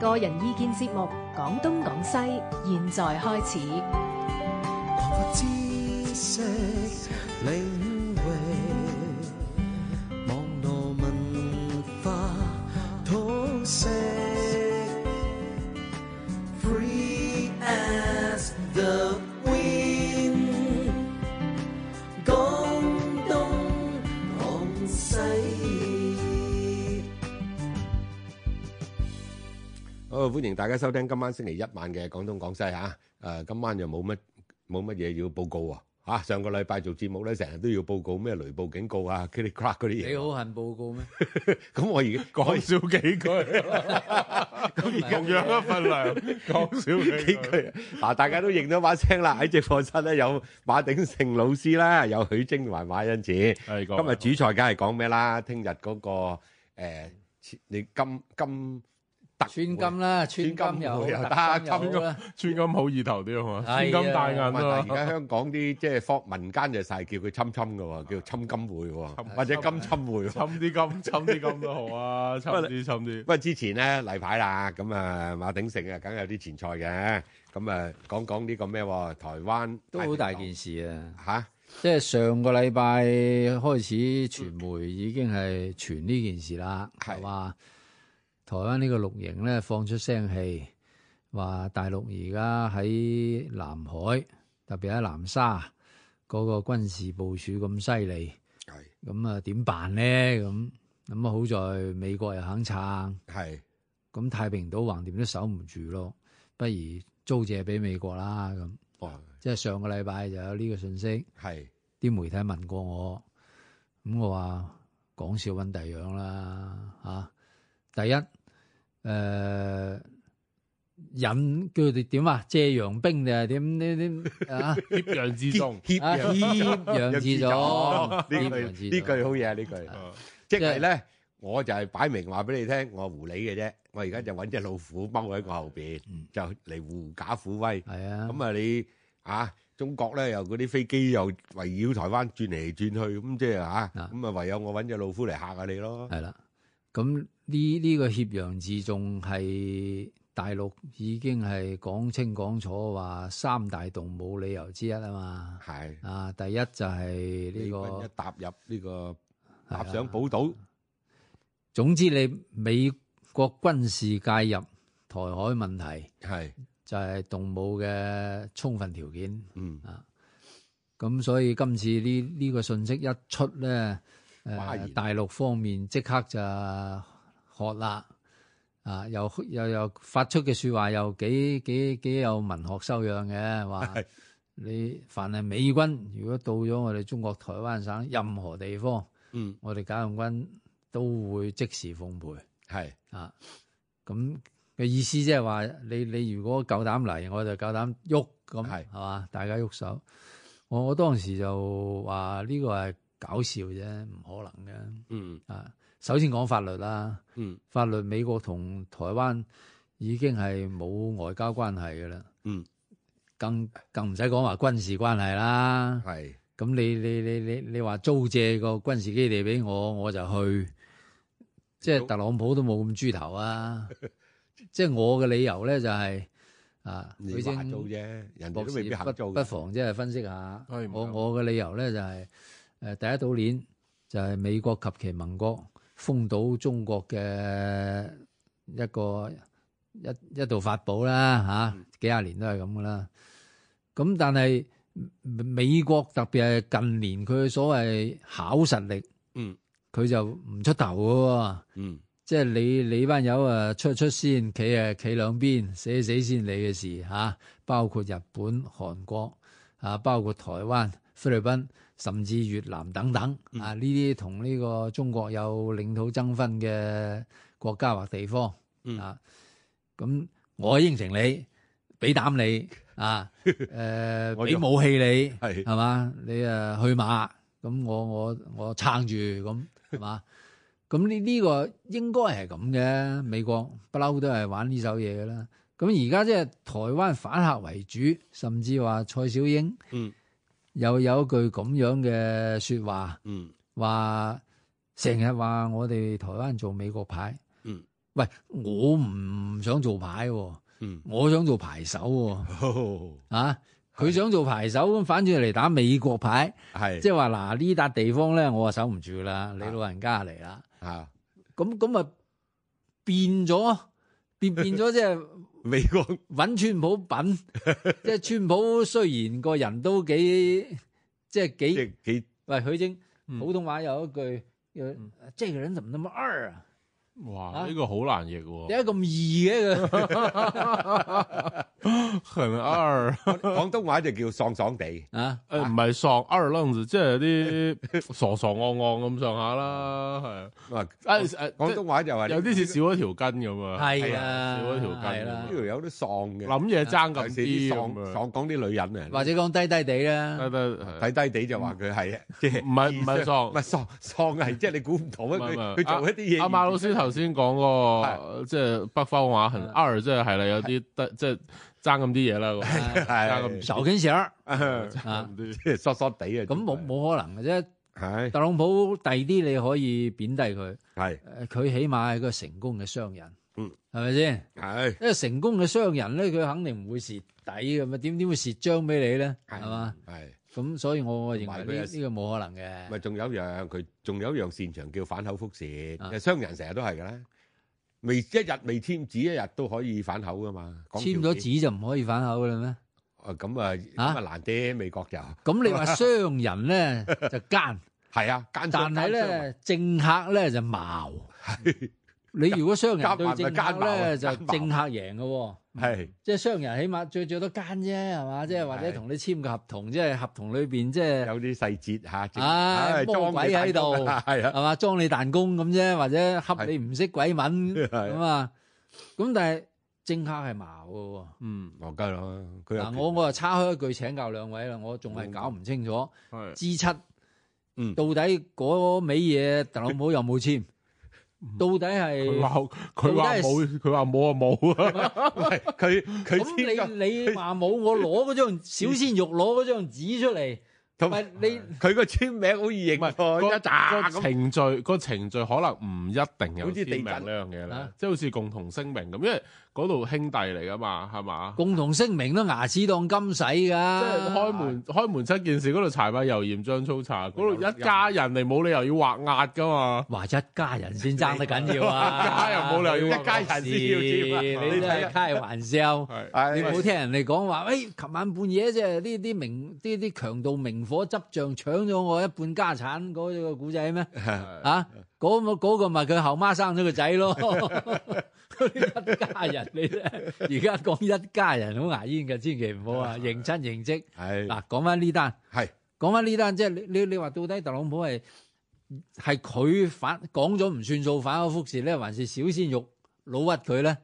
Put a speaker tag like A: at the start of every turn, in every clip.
A: 個人意見節目《講東講西》，現在開始。
B: 擴闊知識領域，網絡文化通識，Free as the wind。講東講西。
C: 好，歡迎大家收聽今晚星期一晚嘅廣東廣西嚇。誒、今晚又冇乜冇乜嘢要報告喎、嚇、上個禮拜做節目咧，成日都要報告咩雷暴警告啊、k i t t y crack 嗰啲
D: 你
C: 嘢。
D: 好恨報告咩？
C: 咁我而家
E: 講少幾 句，同樣一份糧，講少幾
C: 幾
E: 句。
C: 句嗱，大家都認到把聲啦。喺直播室咧有馬鼎盛老師啦，有許晶同埋馬欣子。
E: 係
C: 今日主菜梗係講咩啦？聽日嗰個、誒你金金特
D: 穿金啦，
C: 金
D: 穿金又好
C: 又得
D: 特金
C: 金
D: 又好啦，
E: 啊穿金好意頭啲好嘛？
D: 係啊
E: 穿金戴
C: 唔
E: 眼
C: 係但係而
E: 咯。
C: 家香港啲即係坊民間就成日叫佢侵侵嘅喎，叫侵金會喎，
E: 侵
C: 或者金侵會
E: 侵
C: 喎。
E: 啲金， 侵啲金都好啊，侵啲侵啲
C: 不。過之前咧例牌啦，咁啊馬鼎盛啊，梗有啲前菜嘅，咁啊講講呢個咩喎？台灣
D: 都好大件事啊！
C: 嚇，
D: 即係上個禮拜開始，傳媒已經係傳呢件事啦，
C: 係
D: 係話台灣呢個綠營咧放出聲氣，話大陸而家喺南海，特別喺南沙嗰個軍事部署咁犀利，
C: 係
D: 咁啊點辦咧？咁咁啊好在美國又肯撐。
C: 係
D: 咁太平島橫掂都守唔住咯，不如租借俾美國啦咁。
C: 哦
D: 即係上個禮拜就有呢個信息，
C: 係
D: 啲媒體問過我，咁我話講笑揾第二樣啦嚇、啊第一誒、呃引叫佢哋點啊？借洋兵定係點呢啲啊？
E: 挾洋自重。
C: 協
D: 啊
C: 協
D: 協洋自重，
C: 呢句
D: 協
C: 呢
D: 洋自
C: 句好
D: 重
C: 嘢，呢句。
E: 啊
C: 即係咧，我就係擺明話俾你聽，我係狐狸嘅啫。我而家就揾只老虎踎喺我後邊，就嚟狐假虎威。
D: 係啊，
C: 咁啊，你啊，中國咧又嗰啲飛機又圍繞台灣轉嚟轉去，咁即係啊，
D: 啊
C: 咁啊唯有我揾只老虎嚟嚇下你咯。
D: 係啦，咁呢呢個協洋自重係大陸已經係講清講楚話三大動武理由之一啊嘛。
C: 係
D: 啊，第一就係啊呢、
C: 呢
D: 個，
C: 個一踏入呢個踏
D: 係啊
C: 上寶島，
D: 總之你美國軍事介入台海問題
C: 係
D: 就係動武嘅充分條件。
C: 嗯，
D: 咁所以今次呢呢、個信息一出咧，誒、
C: 嘩然
D: 大陸方面即刻就喝啦，啊又又又發出嘅説話又幾幾幾有文學修養 嘅，話你凡係美軍如果到咗我哋中國台灣省任何地方，
C: 嗯，
D: 我哋解放軍都會即時奉陪。
C: 係
D: 啊，咁嘅意思即係話你你如果夠膽嚟，我就夠膽喐咁，
C: 係
D: 係嘛？大家喐手。我我當時就話呢個係搞笑啫，唔可能
C: 嗯
D: 嘅啊。首先講法律啦，
C: 嗯
D: 法律美國同台灣已經係冇外交關係嘅啦，
C: 嗯，
D: 更更唔使講話軍事關係啦。
C: 係
D: 咁你你你你你話租借個軍事基地俾我，我就去，即係特朗普都冇咁豬頭 啊！即係我嘅理由咧就係、啊，
C: 你
D: 許
C: 話做
D: 晶
C: 啫，人哋
D: 博
C: 都
D: 士
C: 未必肯
D: 不
C: 做
D: 不
C: 嘅。
D: 妨即係分析下。
E: 係唔
D: 我
E: 錯
D: 我嘅理由咧就係、誒、第一島鏈就係美國及其盟國封堵中國嘅一個一一道法寶啦嚇、幾廿年都係咁噶啦。咁但係美美國特別係近年佢所謂考實力，
C: 嗯，
D: 佢就唔出頭嘅喎。
C: 嗯，
D: 即係你你班友啊出一出先，企啊企兩邊，死一死先你嘅事嚇、包括日本、韓國啊，包括台灣、菲律賓，甚至越南等等
C: 嗯
D: 啊，呢啲同呢個中國有領土爭分嘅國家或地方
C: 嗯
D: 啊，咁我應承你，俾膽你 啊，誒
C: 我
D: 俾
C: 要
D: 武器你
C: 係
D: 係嘛？你誒去馬，咁我我我撐住咁係嘛？ 咁呢呢個應該係咁嘅，美國不嬲都係玩呢手嘢嘅啦。咁而家即係台灣反客為主，甚至話蔡小英，
C: 嗯，
D: 又有一句咁樣嘅説話，
C: 嗯，
D: 話成日話我哋台灣做美國牌，
C: 嗯，
D: 喂，我唔想做牌喎、
C: 嗯，
D: 我想做牌手喎、
C: 哦
D: 啊！佢想做牌手，咁反轉嚟打美國牌，
C: 係
D: 即係話嗱呢笪地方咧，我啊守唔住啦，你老人家嚟啦，
C: 啊，
D: 咁咁咪變咗變變咗即係。
C: 美國
D: 揾川普品，即係川普雖然個人都幾，即係
C: 即
D: 幾，
C: 係幾
D: 喂許楨
E: 嗯
D: 普通話有一句，有即係個人怎麼那麼二啊？
E: 哇，呢個好難譯喎，
D: 點解咁易嘅佢？
E: 很二，
C: 廣東話就叫爽爽地，
D: 啊，
E: 誒唔係喪二愣子，即係啲 傻傻戇戇咁上下啦，係。
C: 啊
E: 誒誒，
C: 廣東話就話
E: 即有啲似少咗條筋咁啊，
D: 係啊
E: 少咗條筋
D: 係
E: 咁
D: 啦
E: 啊
C: 呢，度有啲喪嘅，
E: 諗嘢爭咁
C: 尤其
E: 啲
C: 是
E: 咁
C: 喪
E: 啊，
C: 喪講啲女人
D: 或
C: 啊，
D: 者講低低地啦，
E: 得得
C: 睇低地就話佢係即係
E: 唔係唔係
C: 唔係
E: 喪。
C: 喪喪係即係你估唔到啊！
E: 唔係唔係
C: 佢佢做一啲嘢，
E: 阿馬老師頭先講個即係北方話很二，即係係啦，有啲得即係爭咁啲嘢啦，咁爭
C: 係
D: 手啊緊上 啊，
E: 爭咁啲。
C: 即係疏疏地啊！
D: 咁冇冇可能嘅啫。
C: 係
D: 特朗普第啲你可以貶低佢，
C: 係
D: 誒呃佢起碼係個成功嘅商人，
C: 嗯
D: 係咪先？
C: 係
D: 因為成功嘅商人咧，佢肯定唔會蝕底嘅嘛，點點會蝕張俾你咧？係嘛？
C: 係。
D: 咁所以我我認為
C: 同埋佢
D: 呢
C: 有
D: 呢個冇可能嘅。
C: 咪仲有一樣，佢仲有一樣擅長叫反口覆舌。
D: 啊
C: 其實商人成日都係㗎啦，未一日未簽字，一日都可以反口㗎嘛。講
D: 簽
C: 條
D: 咗
C: 件，
D: 紙就唔可以反口嘅啦咩？
C: 啊咁啊咁啊難啲，美國就
D: 咁你話商人 咧就奸，
C: 係啊，奸商奸
D: 但係
C: 商啊
D: 咧政客咧就矛。你如果商人對政
C: 奸
D: 客
C: 謀咪奸
D: 咧，
C: 謀
D: 就
C: 奸謀
D: 政客贏嘅喎。
C: 係嗯
D: 即係商人起碼最最多奸啫，係嘛？即係或者
C: 係
D: 同你簽個合同，即係合同裏邊即係
C: 有啲細節嚇，整
D: 唉
C: 唉
D: 魔
C: 裝
D: 鬼
C: 你
D: 喺
C: 大
D: 度
C: 功啊係啊，
D: 係嘛裝你彈弓咁啫，或者恰你唔識鬼文
C: 係
D: 咁啊。咁但係政客係矛嘅喎。
E: 嗯，
C: 我梗係咯，佢
D: 嗱，
C: 又
D: 我我就差開一句請教兩位啦，我仲係搞唔清楚 G 七，
C: 嗯
D: 到底嗰味嘢特朗普有冇 簽？到底
E: 佢
D: 係
E: 話佢話冇，佢話冇啊冇啊，
C: 喂佢佢簽咗，
D: 咁你你話冇，我攞 嗰張小鮮肉攞嗰張紙出嚟，
C: 同
D: 咪
C: 埋
D: 你
C: 佢個簽名好易認
E: 個
C: 喎，一扎
E: 個
C: 咁
E: 程序個程序可能唔一定有
C: 好似
E: 簽
C: 地震
E: 名呢樣嘢啦
D: 啊，
E: 即係好似共同聲明咁，因為嗰度兄弟嚟噶嘛，係嘛？
D: 共同聲明都牙齒當金使㗎。
E: 即係開門開門七件事嗰度柴米油鹽醬醋茶，嗰度一家人嚟冇理由要畫押噶嘛。
D: 話一家人先爭得緊要啊！
E: 一家人冇理由要
C: 一家人先要簽啊
D: 你
C: 你
D: 真
C: 睇
D: 係
C: 下
D: 開玩笑。
E: 係
D: 你冇
C: 係
D: 聽人哋講話，喂，琴晚半夜即係呢啲明呢啲強盜明火執仗搶咗我一半家產嗰個古仔咩？
E: 係
D: 啊，嗰、個嗰個咪佢後媽生咗個仔咯， 一家人你啫。而家講一家人好牙煙嘅，千祈唔好啊，認親認職。
C: 係
D: 嗱，講翻呢單，
C: 係
D: 講翻呢單，即係你你你話到底特朗普係係佢反講咗唔算數反口覆舌咧，還是小鮮肉老屈佢咧？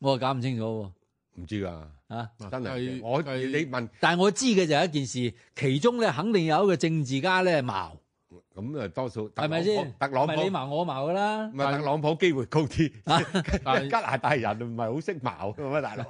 D: 我啊搞唔清楚
C: 唔知㗎。
D: 喎啊！
C: 真係
E: 計
C: 嘅，我
E: 計
C: 你問
D: 但係我知嘅就係一件事，其中咧肯定有一個政治家咧矛，
C: 咁啊，多數特
D: 係咪
C: 朗
D: 先？
C: 普特朗
D: 唔係你
C: 普
D: 矛我矛噶啦
C: 唔。係特朗普機會高啲，
E: 但
C: 加拿大人唔係好識矛㗎嘛， 大佬。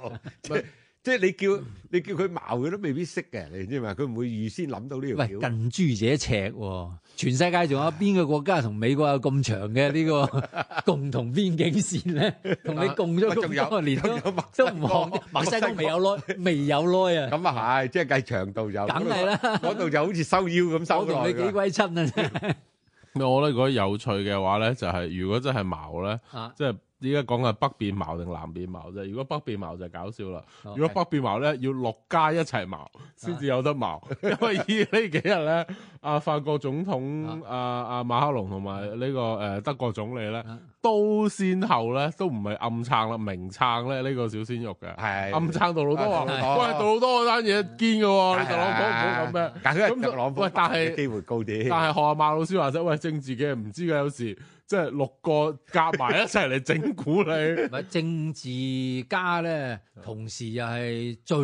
C: 即係即係你叫你叫佢矛，佢都未必識嘅，你知嘛？佢唔會預先諗到呢
D: 喂，
C: 條橋。
D: 近朱者赤喎、全世界仲有邊個國家同美國有咁長嘅呢 個共同邊境線咧？同你共咗
C: 喂仲有
D: 咁多年都
C: 仲有墨西
D: 都
C: 哥
D: 唔學，墨西哥未有耐，未有耐啊！
C: 咁啊係，即係計長度就
D: 梗係啦，
C: 嗰度就好似收腰咁收
D: 我同
C: 落
D: 你
C: 去
D: 幾
C: 㗎。
D: 鬼親啊！真 係
E: 我覺得如果有趣嘅話咧，就係如果真係矛咧。
D: 啊，
E: 即係依家講嘅北邊矛定南邊矛啫。如果北邊矛就搞笑啦，
D: 哦啊
E: 如果北邊矛咧要六家一齊矛先至有得 矛，因為依呢幾日咧，阿法國總統阿阿馬克龍同埋呢個誒德國總理咧
D: 啊，
E: 都先後咧都唔係暗撐啦，明撐咧呢個小鮮 肉嘅，
D: 哎
C: 係
E: 暗撐杜魯多話：
C: 啊杜魯多
E: 喂，杜魯多嗰單嘢堅嘅喎，
D: 哎
E: 你特朗普唔好咁咩？
C: 梗係
E: 咁就
C: 特朗普
E: 喂但係
C: 機會高啲。
E: 但係學阿馬老師話齋，喂，政治嘅唔知嘅有時即係六個夾埋一齊嚟整蠱你。
D: 唔係政治家咧，同時又係最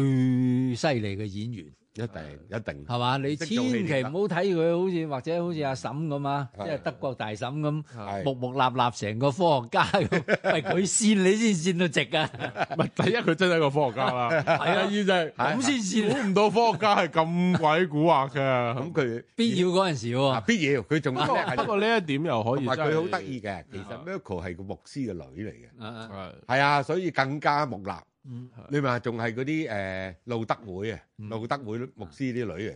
D: 犀利嘅演員，
C: 一定一定
D: 係嘛？你
C: 嗯識
D: 千
C: 做戲
D: 祈唔好睇佢好似或者好似阿嬸咁啊，
C: 嗯係
D: 即係德國大嬸咁
C: 係
D: 木木立立成個科學家 咁，喂佢跣你先跣到直啊！
E: 唔係第一佢真係一個科學家啦，
D: 係啊
E: 第二就係
D: 咁先跣，
E: 估唔到科學家係咁鬼古惑
C: 咁
E: 嘅。
C: 佢
D: 必要嗰陣時
C: 啊
D: 喎，
C: 必要，佢仲叻
E: 不過不
C: 係
E: 過呢一點又可
C: 同
E: 以
C: 埋
E: 真係，
C: 佢好得意嘅。其實 Miracle 係個牧師嘅女嚟嘅，
D: 啊啊
E: 係。
C: 係啊，所以更加木立。
D: 嗯
C: 你咪仲係嗰啲誒路德會啊，
D: 嗯
C: 路德會牧師啲女嚟嘅，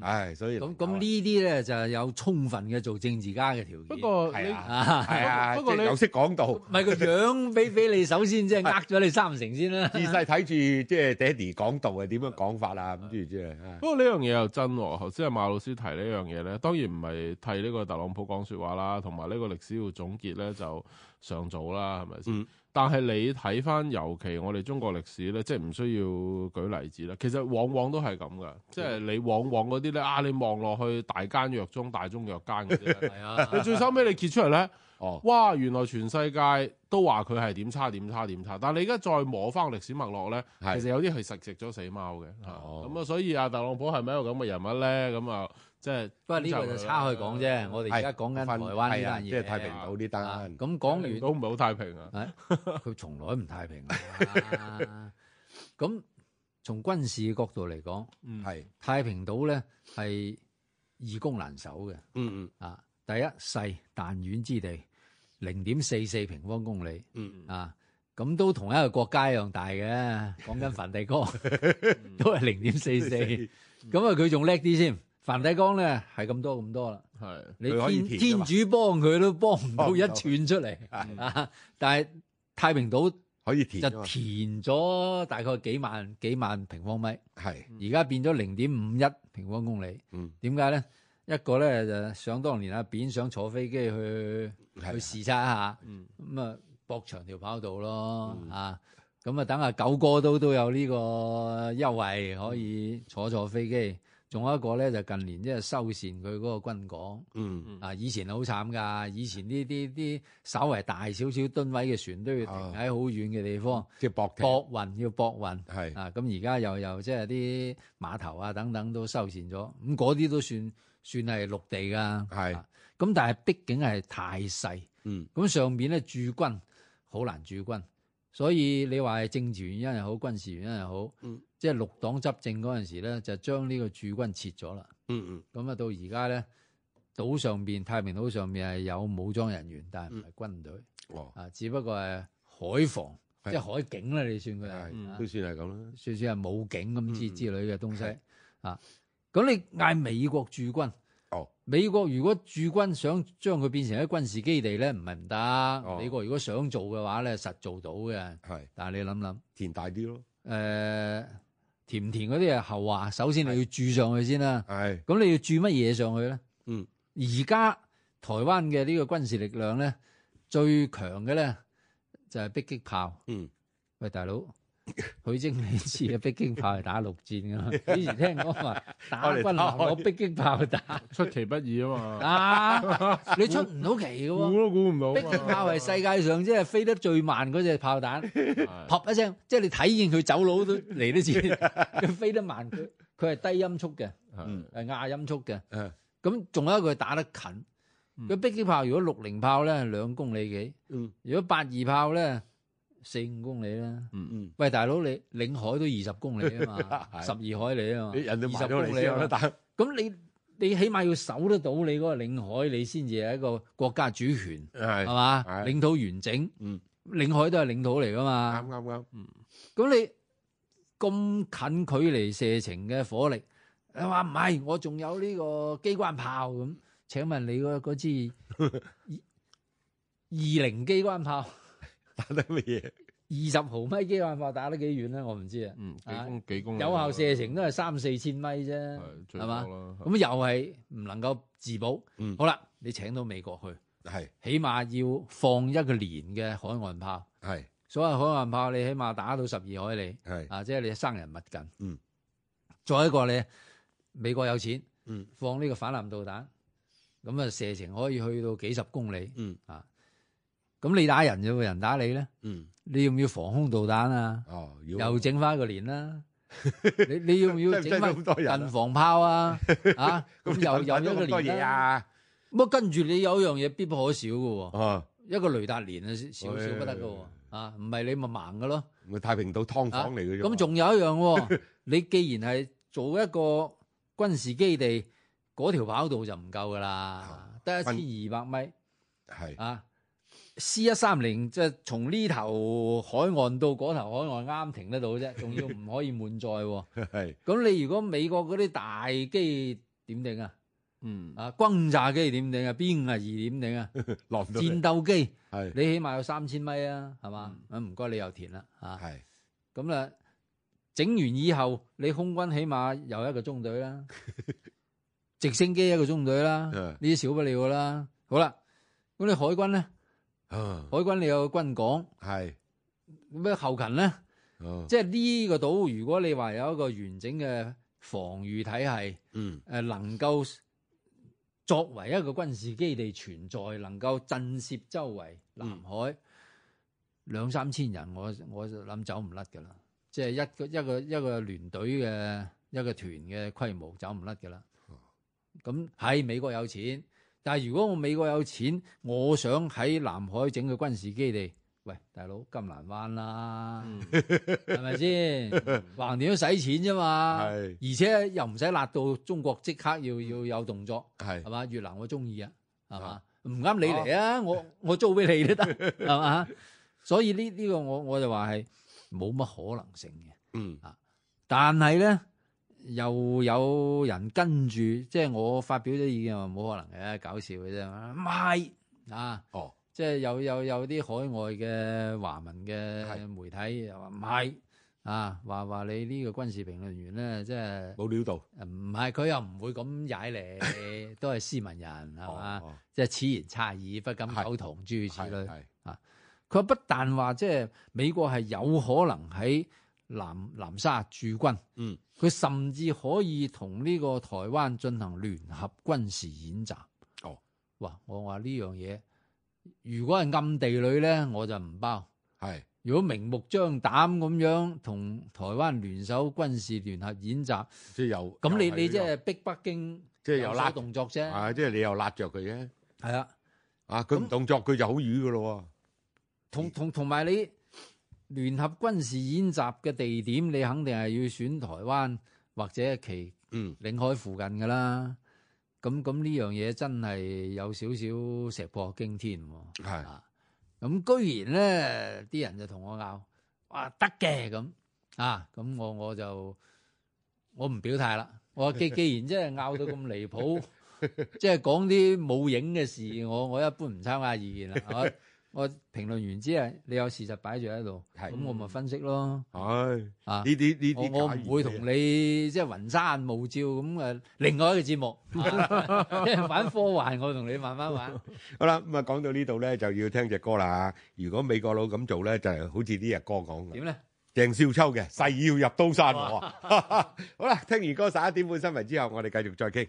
C: 唉，所以
D: 咁咁呢啲咧就係有充分嘅做政治家嘅條件。
E: 不過
C: 係
E: 你
C: 啊
D: 啊，
C: 係啊，
E: 不
C: 即
E: 過
C: 係
E: 你
C: 又識講道。
D: 唔係個樣俾俾你首先即係呃咗你三成先啦。
C: 自細睇住即係爹哋講道係點樣講法啊，咁諸如之類啊。
E: 不過呢樣嘢又真喎，頭先阿馬老師提呢樣嘢咧，當然唔係替呢個特朗普講説話啦，同埋呢個歷史要總結咧就上早啦，係咪先？
C: 嗯
E: 但係你睇翻，尤其我哋中國歷史咧，即係唔需要舉例子啦。其實往往都係咁噶，即係你往往嗰啲咧啊，你望落去大奸若忠、大忠若奸嗰啲咧，
D: 係啊，
E: 你最收尾你揭出嚟咧，
C: 哦，
E: 哇！原來全世界都話佢係點差點差點差，但係你而家再摸翻歷史脈絡咧。其
C: 係
E: 實有啲係食食咗死貓嘅，嚇
C: 哦
E: 咁啊，所以啊，特朗普係咪一個咁嘅人物咧？咁啊，即係
D: 不過呢個就差開講啫。我哋而家講緊台灣呢
C: 係啊
D: 單嘢，
C: 即係太平島呢
D: 啊
C: 單。
D: 咁
E: 講完
D: 講
E: 都唔係好太平啊。
D: 完，佢從來唔太平啊。 咁從軍事嘅角度嚟講，
E: 嗯，
C: 係，
D: 太平島咧係易攻難守嘅。
C: 嗯
D: 啊，第一細彈丸之地，零點四四平方公里。
C: 嗯
D: 啊，咁都同一個國家一樣大嘅，講緊梵蒂 岡都係零點四四，
C: 44
D: 咁啊佢仲叻啲先。梵蒂岡咧係咁多咁多啦，
E: 係
D: 你
C: 佢可以
D: 天
C: 填㗎
D: 天
C: 嘛
D: 主幫佢都幫唔
C: 幫
D: 到
C: 唔
D: 一
C: 到
D: 寸出嚟
C: 係
D: 啊！但係太平島
C: 可以填
D: 就
C: 㗎嘛，
D: 填咗大概幾萬幾萬平方米，
C: 係，
D: 而家變咗零點五一平方公里。
C: 嗯，
D: 點解咧？一個咧就想當年阿扁想坐飛機去去
C: 係，啊
D: 視察一下，
E: 嗯
D: 咁啊博長條跑道咯，啊咁啊等阿九哥都都有呢個優惠，可以坐坐飛機。仲有一個咧就近年即係修缮佢嗰個軍港，
C: 嗯，
D: 啊以前好慘㗎，以前呢啲啲稍為大少少噸位嘅船都要停喺好遠嘅地方，
C: 即係博艇，
D: 駁運要駁運。
C: 係，
D: 啊，咁而家又又即係啲碼頭啊等等都修缮咗，咁嗰啲都算算係陸地㗎。
C: 係
D: 啊咁、但係畢竟係太細，
C: 嗯，
D: 咁上邊咧駐軍好難駐軍，所以你話係政治原因又好，軍事原因又好，
C: 嗯
D: 即係綠黨執政嗰陣時咧，就將呢個駐軍撤咗啦。
C: 嗯嗯，
D: 咁啊到而家咧，島上邊太平島上面係有武裝人員，但係唔係軍隊、
C: 哦，
D: 啊，只不過係海防，
C: 係
D: 即係海警啦，你算佢係。
C: 係，
D: 啊
C: 都算係咁啦，
D: 算算係武警咁
C: 嗯
D: 之
C: 嗯
D: 之類嘅東
C: 係
D: 西啊。咁你嗌美國駐軍，
C: 哦，
D: 美國如果駐軍想將佢變成一軍事基地咧，唔係唔得。
C: 哦
D: 美國如果想做嘅話咧，實做到嘅。
C: 係
D: 但係你諗諗，誒、
C: 填大啲咯，
D: 填唔填嗰啲係後話，首先你要駐上去先啦。
C: 係，
D: 咁你要駐乜嘢上去咧？
C: 嗯，
D: 而家台灣嘅呢個軍事力量咧，最強嘅咧就係、迫擊炮。
C: 嗯，
D: 喂，大佬， 許晶你知嘅迫擊炮係打陸 戰噶嘛？幾時聽講話打軍艦攞迫擊炮打
E: 出其不意啊 嘛，
D: 打？你出唔到奇嘅
E: 估
D: 喎！
E: 都估唔到
D: 迫
E: 啊嘛。
D: 擊炮係世界上即係飛得最慢嗰只炮 彈，
E: 係
D: 噗一聲，即係你睇見佢走佬都嚟得切，佢飛得慢，佢佢係低音速嘅，
E: 係
D: 係亞音速嘅。
C: 誒，
D: 咁仲有一個係打得近，
E: 嗯
D: 佢迫擊炮如果六零炮咧兩公里幾，
C: 嗯
D: 如果八二炮咧四五公里啦。
C: 嗯，
D: 喂，大佬，你領海都二十公里啊嘛，
C: 係
D: 十二海里啊嘛，
C: 你人哋
D: 二
C: 買
D: 十
C: 咗
D: 公
C: 嚟
D: 里
C: 先
D: 啊
C: 有得
D: 嘛。
C: 打，
D: 咁你你起碼要守得到你嗰個領海，你先至係一個國家主權，係
C: 係，
D: 嘛？
C: 係
D: 領土完整，
C: 嗯
D: 領海都係領土嚟噶
C: 啱
D: 嘛。
C: 啱啱，
D: 咁你咁近距離射程嘅火力，你話唔係？我仲有呢個機關炮咁。請問你嗰嗰支二二零機關炮，
C: 打得乜嘢？
D: 二十毫米機關炮打得幾遠咧？我唔知啊。
E: 嗯幾公幾公里
D: 啊有效射程都係三四千米啫，
E: 係最
D: 係
E: 多
D: 嘛？
E: 啦。
D: 咁又係唔能夠自保。
C: 嗯
D: 好啦，你請到美國去，
C: 係
D: 起碼要放一個連嘅海岸炮。
C: 係
D: 所謂海岸炮，你起碼打到十二海里，
C: 係，
D: 啊，即係你生人勿近。
C: 嗯。
D: 再一個你美國有錢，
C: 嗯
D: 放呢個反艦導彈，咁啊射程可以去到幾十公里。
C: 嗯
D: 啊，咁你打人有冇人打你咧？
C: 嗯，
D: 你要唔要防空導彈啊？
C: 哦，要
D: 又整翻一個連啦，你你要唔要
C: 真係
D: 整
C: 真係咁多人啊
D: 翻近防 炮啊？啊，咁又
C: 又
D: 又一個
C: 咁多
D: 連
C: 嘢
D: 啦。
C: 啊！
D: 咁啊，跟住你有一樣嘢必不可少嘅喎，
C: 啊，
D: 一個雷達連啊，少少不得嘅喎。
C: 哎
D: 啊，唔係你咪盲嘅咯。
C: 咪太平島劏
D: 啊
C: 房嚟嘅啫嘛。
D: 咁仲有一 樣喎，你既然係做一個軍事基地，嗰條跑道就唔夠噶啦，得一千二百米
C: 啊係
D: 啊。C 一三零即係從呢頭海岸到嗰頭海岸啱停得到啫，仲要唔可以滿載 喎。
C: 係
D: 咁你如果美國嗰啲大機點定啊？
E: 嗯，
D: 啊，轟炸機點定啊？邊啊二點定 啊？
C: 落唔到
D: 戰
C: 嚟，
D: 鬥機
C: 係
D: 你起碼有三千米啊，係嘛？
C: 嗯
D: 啊唔該你又填啦啊！
C: 係
D: 咁啦，整完以後，你空軍起碼有一個中隊啦，直升機一個中隊啦，
C: 嗯
D: 呢啲少不了噶啦。好啦，咁你海軍咧，
C: 啊，
D: 海軍你有個軍港，
C: 係
D: 咩後勤咧，
C: 哦
D: 即係呢個島，如果你話有一個完整嘅防禦體系，誒、
C: 嗯
D: 呃能夠作為一個軍事基地存在，能夠震攝周圍南海兩三千人，我我就諗走唔甩噶啦，即係一個一個一個聯隊嘅一個團嘅規模走唔甩噶啦。咁喺美國有錢，但係如果我美國有錢，我想喺南海整個軍事基地，喂大佬金蘭灣啦，係咪先？橫掂都使錢啫嘛，
C: 係
D: 而且又唔使辣到中國即刻要要有動作。
C: 係
D: 係
C: 哦
D: 嘛？越南我中意啊，係嘛？唔啱你嚟啊，我我租俾你都得， 係嘛？所以呢呢個我我就話係冇乜可能性嘅。啊
C: 嗯
D: 但係咧又有人跟住，即係我發表咗意見話冇可能嘅，搞笑嘅啫，唔係啊。
C: 哦
D: 即係有有有啲海外嘅華文
C: 係
D: 嘅媒體又話唔係啊，話話你呢個軍事評論員咧，即係
C: 冇料到
D: 唔係，佢又唔會咁 踩你，都係斯文人係嘛？
C: 哦
D: 即係此言差矣，不敢
C: 係
D: 苟同，諸如此
C: 係
D: 類。
C: 係
D: 佢話不但話即係美國係有可能喺南南沙駐軍，
C: 嗯，
D: 佢甚至可以同呢個台灣進行聯合軍事演習。
C: 哦，
D: 哇！我話呢樣嘢，如果係暗地裏咧，我就唔包。
C: 係
D: 如果明目張膽咁樣同台灣聯手軍事聯合演習，
C: 即係又
D: 咁你
C: 又係
D: 你即
C: 呢個
D: 係逼北京
C: 即係有
D: 所
C: 拉
D: 動作啫，
C: 啊，即係你又辣着佢啫。
D: 係啊，
C: 啊，佢唔
D: 咁
C: 動作佢就好瘀噶咯嗯
D: 同同同埋你聯合軍事演習嘅地點，你肯定係要選台灣或者係其
C: 喎。嗯，
D: 領海附近噶啦。咁咁呢樣嘢真係有少少石破驚天喎。
C: 係
D: 啊，咁居然咧啲人就同我拗，話得嘅咁啊，咁我我就我唔表態啦。我 話既既然真係拗到咁離譜， 即係講啲冇影嘅事，我我一般唔參加 意見啦。我我評論完之後，你有事實擺住喺度，
C: 係
D: 咁我咪分析咯。
C: 唉，呢
D: 啊，
C: 啲呢
D: 我
C: 啲
D: 我
C: 假
D: 唔會同
C: 言
D: 你即係雲山霧照咁誒，另外一個節目， 啊即係玩科幻，我同你慢 慢玩。
C: 好啦，咁啊講到呢度咧，就要聽只歌啦。如果美國佬咁做咧，就係好似呢只歌講嘅，
D: 點咧？
C: 鄭少秋嘅《誓要入刀山》喎。好啦，聽完歌十一點半新聞之後，我哋繼續再傾。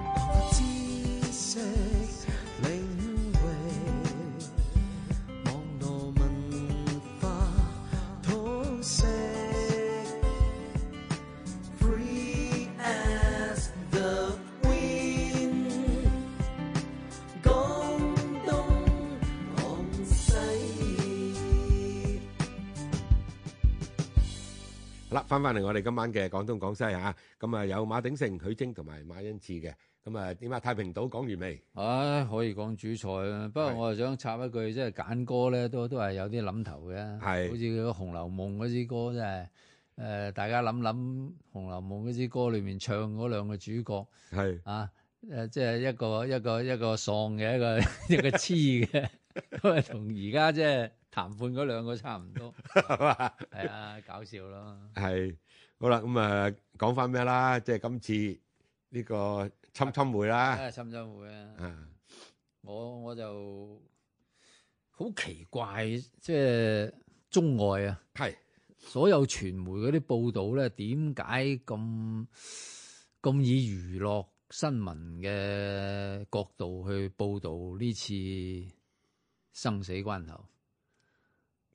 B: 知識領域，網絡文化通識，Free as the wind，廣東廣西。
C: 好啦，翻翻嚟我哋今晚嘅廣東廣西嚇，咁啊有馬鼎盛、許楨同埋馬恩賜嘅。咁啊點啊？太平島講完未？
D: 唉，可以講主菜啦。不過
C: 係
D: 我就想插一句，即係揀歌咧，都都係有啲諗頭嘅。
C: 係
D: 好似嗰個《紅樓夢》嗰支歌真係，誒、大家諗諗《紅樓夢》嗰支歌裏面唱嗰兩個主角
C: 係
D: 啊，誒、即係一個一個一個喪嘅，一個 一個痴嘅，都係同而家即係談判嗰兩個差唔多。係啊，搞笑咯。
C: 係好啦，咁啊講翻咩啦？即係今次呢個侵侵會啦。
D: 啊，深圳會啊。
C: 啊，
D: 我我就好奇怪，即係中外啊。
C: 係
D: 所有傳媒嗰啲報導咧，點解咁咁以娛樂新聞嘅角度去報導呢次生死關頭？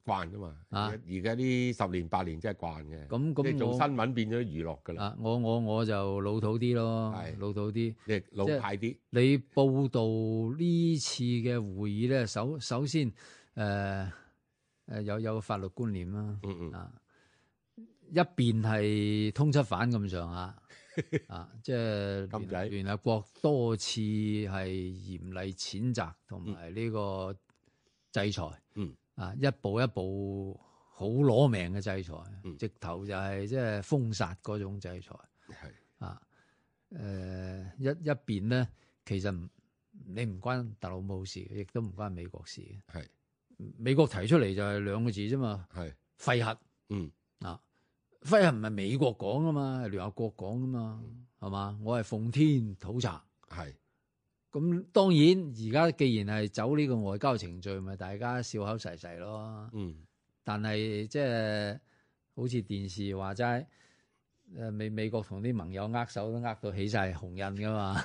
C: 慣噶嘛。
D: 啊
C: 而而家呢十年八年真係慣嘅，即
D: 咁
C: 係
D: 咁
C: 做
D: 我
C: 新聞變咗娛樂㗎啦，
D: 啊，我我我就老土啲咯
C: 係，
D: 老土啲。
C: 即係老
D: 即係
C: 派啲。
D: 你報導呢次嘅會議咧，首首先誒誒、呃呃有有法律觀念啦，
C: 嗯嗯，
D: 啊一邊係通緝犯咁 上下，啊即
C: 咁
D: 係
C: 仔
D: 聯聯合國多次係嚴厲譴責同埋呢個制裁，
C: 嗯
D: 啊一步一步好攞命嘅制裁，
C: 嗯
D: 直頭就係即係封殺嗰種制裁。
C: 係
D: 啊，誒、一一邊咧，其實唔你唔關特朗普事，亦都唔關美國事嘅。
C: 係
D: 美國提出嚟就係兩個字啫嘛，
C: 係，
D: 廢核
C: 嗯
D: 啊，廢核唔係美國講噶嘛，係聯合國講噶嘛，係嘛？我係奉天討查。
C: 係
D: 咁當然，而家既然係走呢個外交程序，咪大家笑口噬噬咯。
C: 嗯
D: 但係即係好似電視話齋，誒呃美美國同啲盟友握手都握到起晒紅印噶嘛，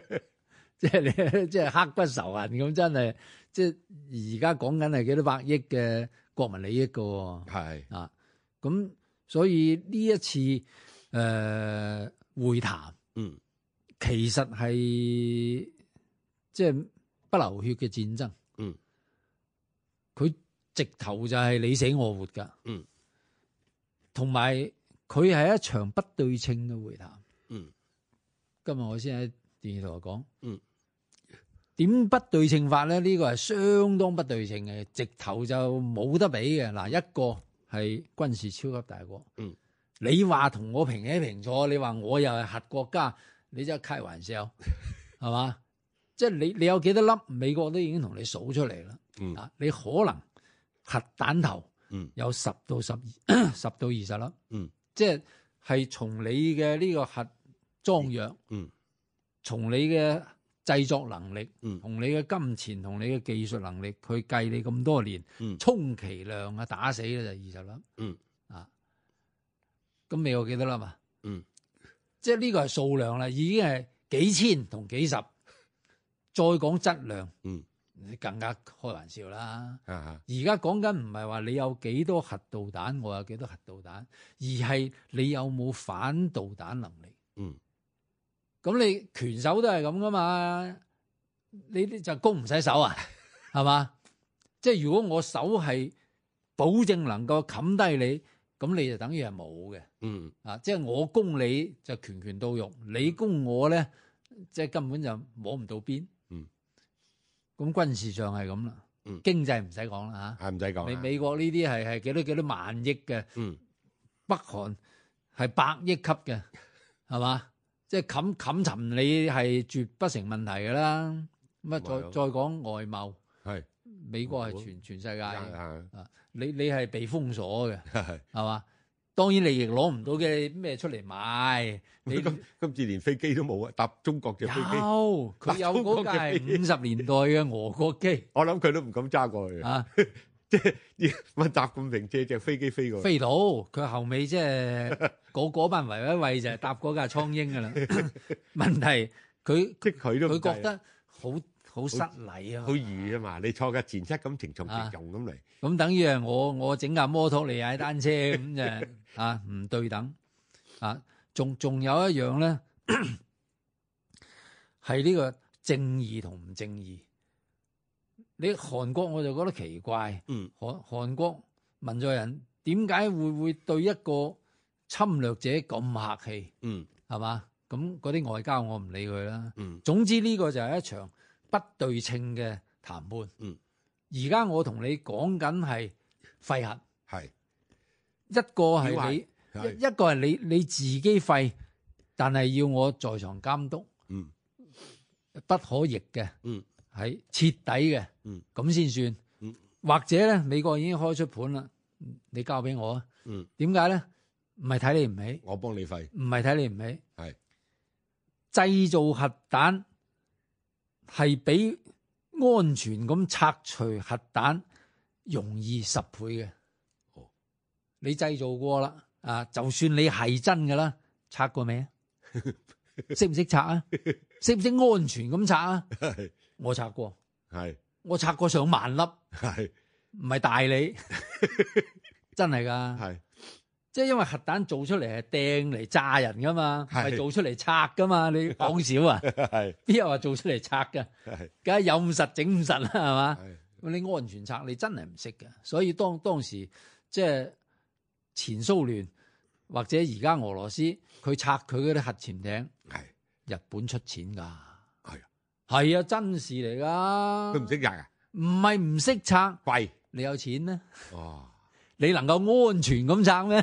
D: 即係你即係刻骨仇恨咁，真係即係而家講緊係幾多百億嘅國民利益噶喎、
C: 係
D: 啊，咁所以呢一次誒、呃、會談
C: 嗯
D: 其實係即係不流血嘅戰爭。
C: 嗯，
D: 佢直頭就係你死我活㗎。
C: 嗯，
D: 同埋佢係一場不對稱嘅會談。
C: 嗯，
D: 今日我先喺電視台講。
C: 嗯，
D: 點不對稱法咧？呢、個係相當不對稱嘅，直頭就冇得比嘅。嗱，一個係軍事超級大國。
C: 嗯，
D: 你話同我平起平坐，你話我又係核國家。你真係開 玩笑，係嘛？即係你你有幾多粒，美國都已經同你數出嚟啦。
C: 嗯
D: 啊，你可能核彈頭
C: 嗯
D: 有十到十二、 十到二十粒。
C: 嗯，
D: 即係係從你嘅呢個核裝藥，
C: 嗯
D: 從你嘅製作能力，
C: 嗯
D: 同你嘅金錢，同你嘅技術能力，佢計你咁多年，
C: 嗯
D: 充其量啊打死咧就二十粒。
C: 嗯，
D: 啊，咁美國幾多粒啊？
C: 嗯，
D: 即係呢個係數量啦，已經係幾千同幾十。再講質量，
C: 嗯，
D: 你更加開玩笑啦。
C: 啊啊
D: 而家講緊唔係話你有幾多核導彈，我有幾多核導彈，而係你有冇反導彈能力。
C: 嗯，
D: 咁你拳手都係咁噶嘛？你你就攻唔使手啊， 係嘛？即係如果我手係保證能夠冚低你，咁你就等於係冇嘅
C: 嗯
D: 啊！即係我攻你就拳拳到肉，你攻我咧，即係根本就摸唔到邊。
C: 嗯，
D: 咁軍事上係咁啦，
C: 嗯
D: 經濟唔使講啦啊嚇。
C: 係唔使講
D: 你
C: 啦
D: 美國呢啲係係幾多幾多萬億嘅，
C: 嗯
D: 北韓係百億級嘅，係嘛？即係冚冚沉你係絕不成問題㗎啦。咁啊，
C: 咪係咯
D: 再再講外貿，
C: 係
D: 美國係全全世界嘅，
C: 啊
D: 你你係被封鎖嘅，
C: 係
D: 係嘛？當然你亦攞唔到嘅咩出嚟買，你
C: 咁今次連飛機都冇啊，搭中國隻
D: 有
C: 飛機，
D: 佢有嗰 架係五十年代嘅俄國機
C: 我諗佢都唔敢揸過去啊。
D: 啊，
C: 問習近平借隻飛機飛過去，
D: 飛到佢後尾 即係嗰嗰班維維維就係搭嗰架蒼鷹㗎啦。問題佢
C: 即係佢都唔
D: 佢
C: 制啊
D: 覺得好好失禮啊
C: 好！易啊嘛，你坐架前七咁情重情
D: 啊
C: 重咁嚟，
D: 咁等於係我我整架摩托嚟踩單車咁就啊唔對等啊！仲仲有一樣咧， 係呢個正義同唔正義。你韓國我就覺得奇怪，
C: 嗯
D: 韓韓國民族人點解會會對一個侵略者咁客氣
C: 嗯
D: 係嘛？咁嗰啲外交我唔理佢啦。
C: 嗯
D: 總之呢個就係一場不對稱嘅談判。
C: 嗯，
D: 而家我同你講緊係廢核，
C: 係
D: 一個
C: 要
D: 係
C: 係
D: 你
C: 係
D: 一一個係你你自己廢，但係要我在場監督，
C: 嗯
D: 不可逆嘅，
C: 嗯，
D: 係徹底嘅，
C: 嗯，
D: 咁先算。
C: 嗯，
D: 或者咧，美國已經開出盤啦，你交俾我啊。
C: 嗯，
D: 點解咧？唔係睇你唔起，
C: 我幫你 廢，
D: 唔係睇你唔起，
C: 係
D: 製造核彈係比安全咁拆除核彈容易十倍嘅。
C: 哦
D: 你製造過啦，啊，就算你係真噶啦，拆過未啊？識唔識拆啊？識唔識安全咁拆啊？
C: 係
D: 我拆過，
C: 係
D: 我拆過上萬粒，
C: 係
D: 唔係大你，真係㗎。
C: 係
D: 即係因為核彈做出嚟係掟嚟炸人㗎嘛，
C: 係
D: 係做出嚟拆㗎嘛， 你講少啊？
C: 係
D: 邊有話做出嚟拆㗎？
C: 係
D: 梗係有五實整五實啦，係嘛？
C: 係
D: 咁你安全策你真係唔識嘅，所以當當時即係前蘇聯或者而家俄羅斯，佢拆佢嗰啲核潛艇，
C: 係
D: 日本出錢㗎，係
C: 係啊
D: 係啊，真事嚟
C: 佢唔
D: 㗎，
C: 識日啊，
D: 唔係唔識拆，
C: 貴
D: 你有錢咩？
C: 哦，
D: 你能夠安全咁 拆咩？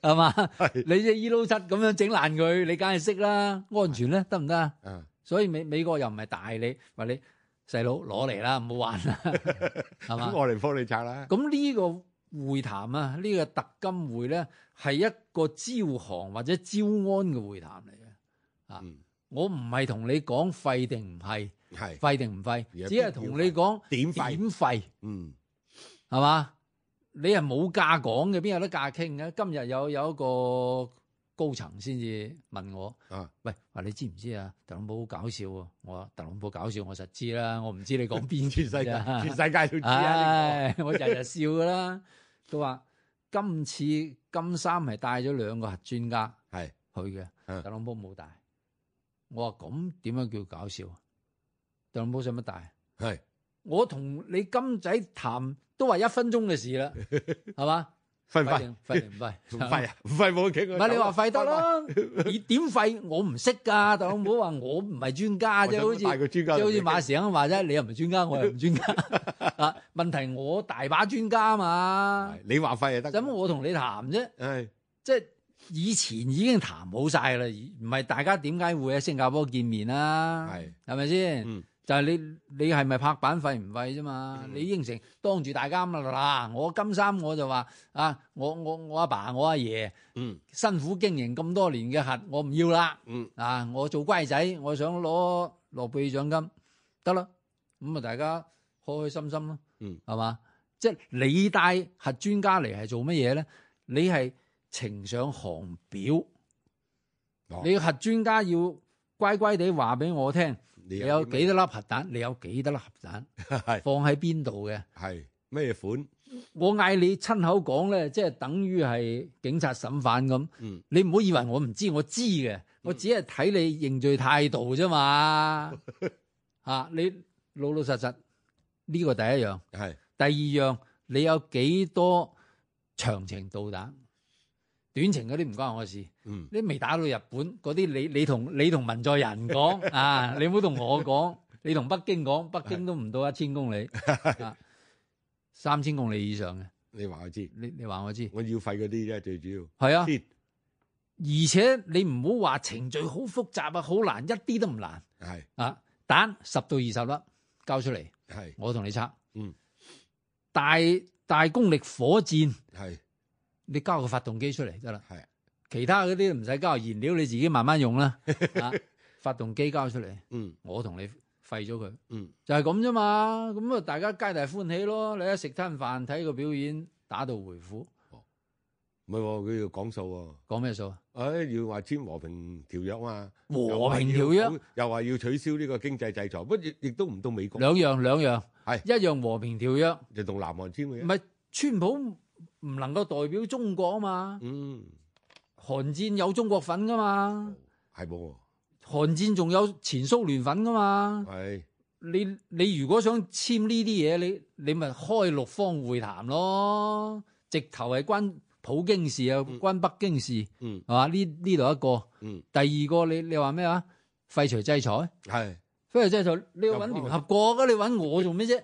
D: 係嘛？
C: 係
D: 你只 E 撈七咁樣整爛佢，你梗係識啦，安全咧得唔得啊？
C: 啊
D: 所以美美國又唔係大你，話你細佬攞嚟啦，唔好玩 啦，係嘛
C: 咁？我嚟幫你拆啦，
D: 咁呢個會談啊，呢、個特金會咧係一個招行或者招安嘅會談嚟嘅。啊，
C: 嗯
D: 我唔係同你講廢定唔係，
C: 係
D: 廢定唔廢，
C: 而係
D: 只係同你講
C: 點
D: 點
C: 費
D: 廢，
C: 嗯
D: 係嘛？你係冇價講嘅，邊有得價傾嘅？今日有有一個高層先至問我。
C: 啊
D: 喂，話你知唔知啊？特朗普好搞笑喎！我話特朗普搞笑，我實知啦。我唔知你講邊
C: 全世 界
D: 咋
C: 全世界都知啊呢
D: 唉，我日日笑噶啦。佢話今次金三係帶咗兩個核專家
C: 個係
D: 去嘅，
C: 嗯
D: 特朗普冇帶。我話咁點樣叫搞笑啊？特朗普使乜帶？啊
C: 係
D: 我同你金仔談都話一分鐘嘅事 啦，係嘛？
C: 廢唔
D: 費
C: 廢
D: 定費
C: 唔
D: 定唔費？
C: 廢啊唔廢冇傾啊，
D: 唔係你話廢得啦，你點廢我唔識㗎，特朗普話我唔係專家
C: 廢，
D: 啫，好似
C: 我想帶個專
D: 即
C: 家
D: 係好
C: 同你
D: 似
C: 傾
D: 馬時亨話啫，你又唔係專家，我又唔專家 啊。問題我大把專家嘛，
C: 係你話廢就得，
D: 咁我同你談啫，
C: 係
D: 即係以前已經談好晒啦，唔係大家點解會喺新加坡見面啊啦？
C: 係
D: 係咪先？
C: 嗯
D: 就係你你係咪拍板廢唔廢啫嘛？
C: 嗯
D: 你應承當住大家咁啦，嗱，我金三我就話啊，我我我阿爸我阿爺。
C: 嗯
D: 辛苦經營咁多年嘅核，我唔要啦。
C: 嗯
D: 啊，我做乖仔，我想攞諾貝爾獎金，得啦。咁啊，大家開開心心咯。
C: 嗯，
D: 係嘛？即係你帶核專家嚟係做乜嘢咧？你係呈上航表，
C: 哦
D: 你核專家要乖乖地話俾我聽，
C: 你
D: 你有
C: 啲嗯
D: 幾多粒核彈？你有幾多粒核彈？
C: 係
D: 放喺邊度嘅？
C: 係咩款
D: 我嗌你親口講咧，即係等於係警察審犯咁。
C: 嗯
D: 你唔好以為我唔知，我知嘅，我只係睇你認罪態度 啫嘛。啊，你老老實實呢、個第一樣，
C: 係
D: 第二樣你有幾多長程導彈？短程嗰啲唔關我事，
C: 嗯
D: 你未打到日本嗰啲，你你同你同文在寅講 啊，你唔好同我講，你同北京講，北京都唔到一千 公里，啊三千公里以上嘅，
C: 你話我知，
D: 你你話我知，
C: 我要廢嗰啲啫，最主要。
D: 係啊。
C: 啲
D: 而且你唔好話程序好複雜啊，好難，一啲都唔難
C: 係
D: 啊！蛋十到二十粒交出嚟，
C: 係
D: 我同你測。
C: 嗯，
D: 大大功力火箭，
C: 係
D: 你交個發動機出嚟得啦，
C: 係
D: 其他嗰啲唔使交，燃料你自己慢慢用 啦。啊，發動機交出嚟，
C: 嗯
D: 我同你廢咗佢，
C: 嗯
D: 就係咁啫嘛。咁啊，大家皆大歡喜咯。你一食餐飯睇個表演，打道回府，
C: 唔係喎，佢要講數喎。
D: 講咩數啊？
C: 诶、要話簽和平條約嘛？
D: 和平條約。
C: 又話要取消呢個經濟制裁，不過亦亦都唔到美國，
D: 兩樣兩樣，
C: 係
D: 一樣和平條約。
C: 就同南韓簽嘅
D: 唔
C: 啫。
D: 係川普唔能夠代表中國啊嘛，
C: 嗯，
D: 韓戰有中國份噶嘛，
C: 係冇
D: 韓戰仲有前蘇聯份噶嘛
C: 喎，。係
D: 你你如果想簽呢啲嘢，你你咪開六方會談咯，直頭係關普京事啊，關北京事
C: 嗯
D: 係嘛？呢呢度一個，
C: 嗯
D: 第二個你你話咩話？廢除制裁。
C: 係
D: 不如即係就你要揾聯合國啊噶，你揾我做 咩啫？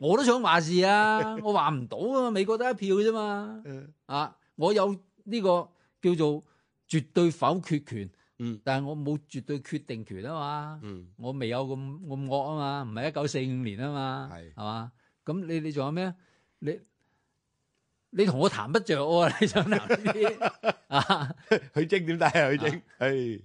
D: 我都想話事啊，我話唔到啊嘛，美國得一票啫嘛。
C: 嗯
D: 啊，我有呢個叫做絕對否決權，
C: 嗯
D: 但係我冇絕對決定權啊嘛。
C: 嗯
D: 我未有咁咁惡啊嘛，唔係一九四五年啊嘛，
C: 係
D: 係嘛？咁你你仲有咩？啊你你同我談不着喎、你想談呢啲啊？
C: 許晶點睇啊？許晶係
E: 诶、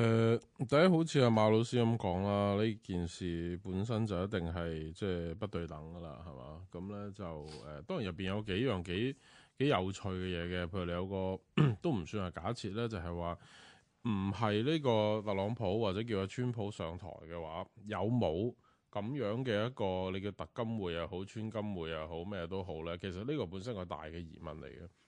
E: 呃第一好似阿馬老師咁講啦，呢件事本身就一呃定係即係不對等噶啦，係嘛？咁咧就诶、誒當然入边有幾樣幾幾有趣嘅嘢嘅，譬如你有個 都唔算係假設咧，就係話唔係呢個特朗普或者叫阿川普上台嘅話，有冇咁樣嘅一個你叫特金會又好、川金會又好咩都好咧？其實呢個本身係個大嘅疑問嚟嘅，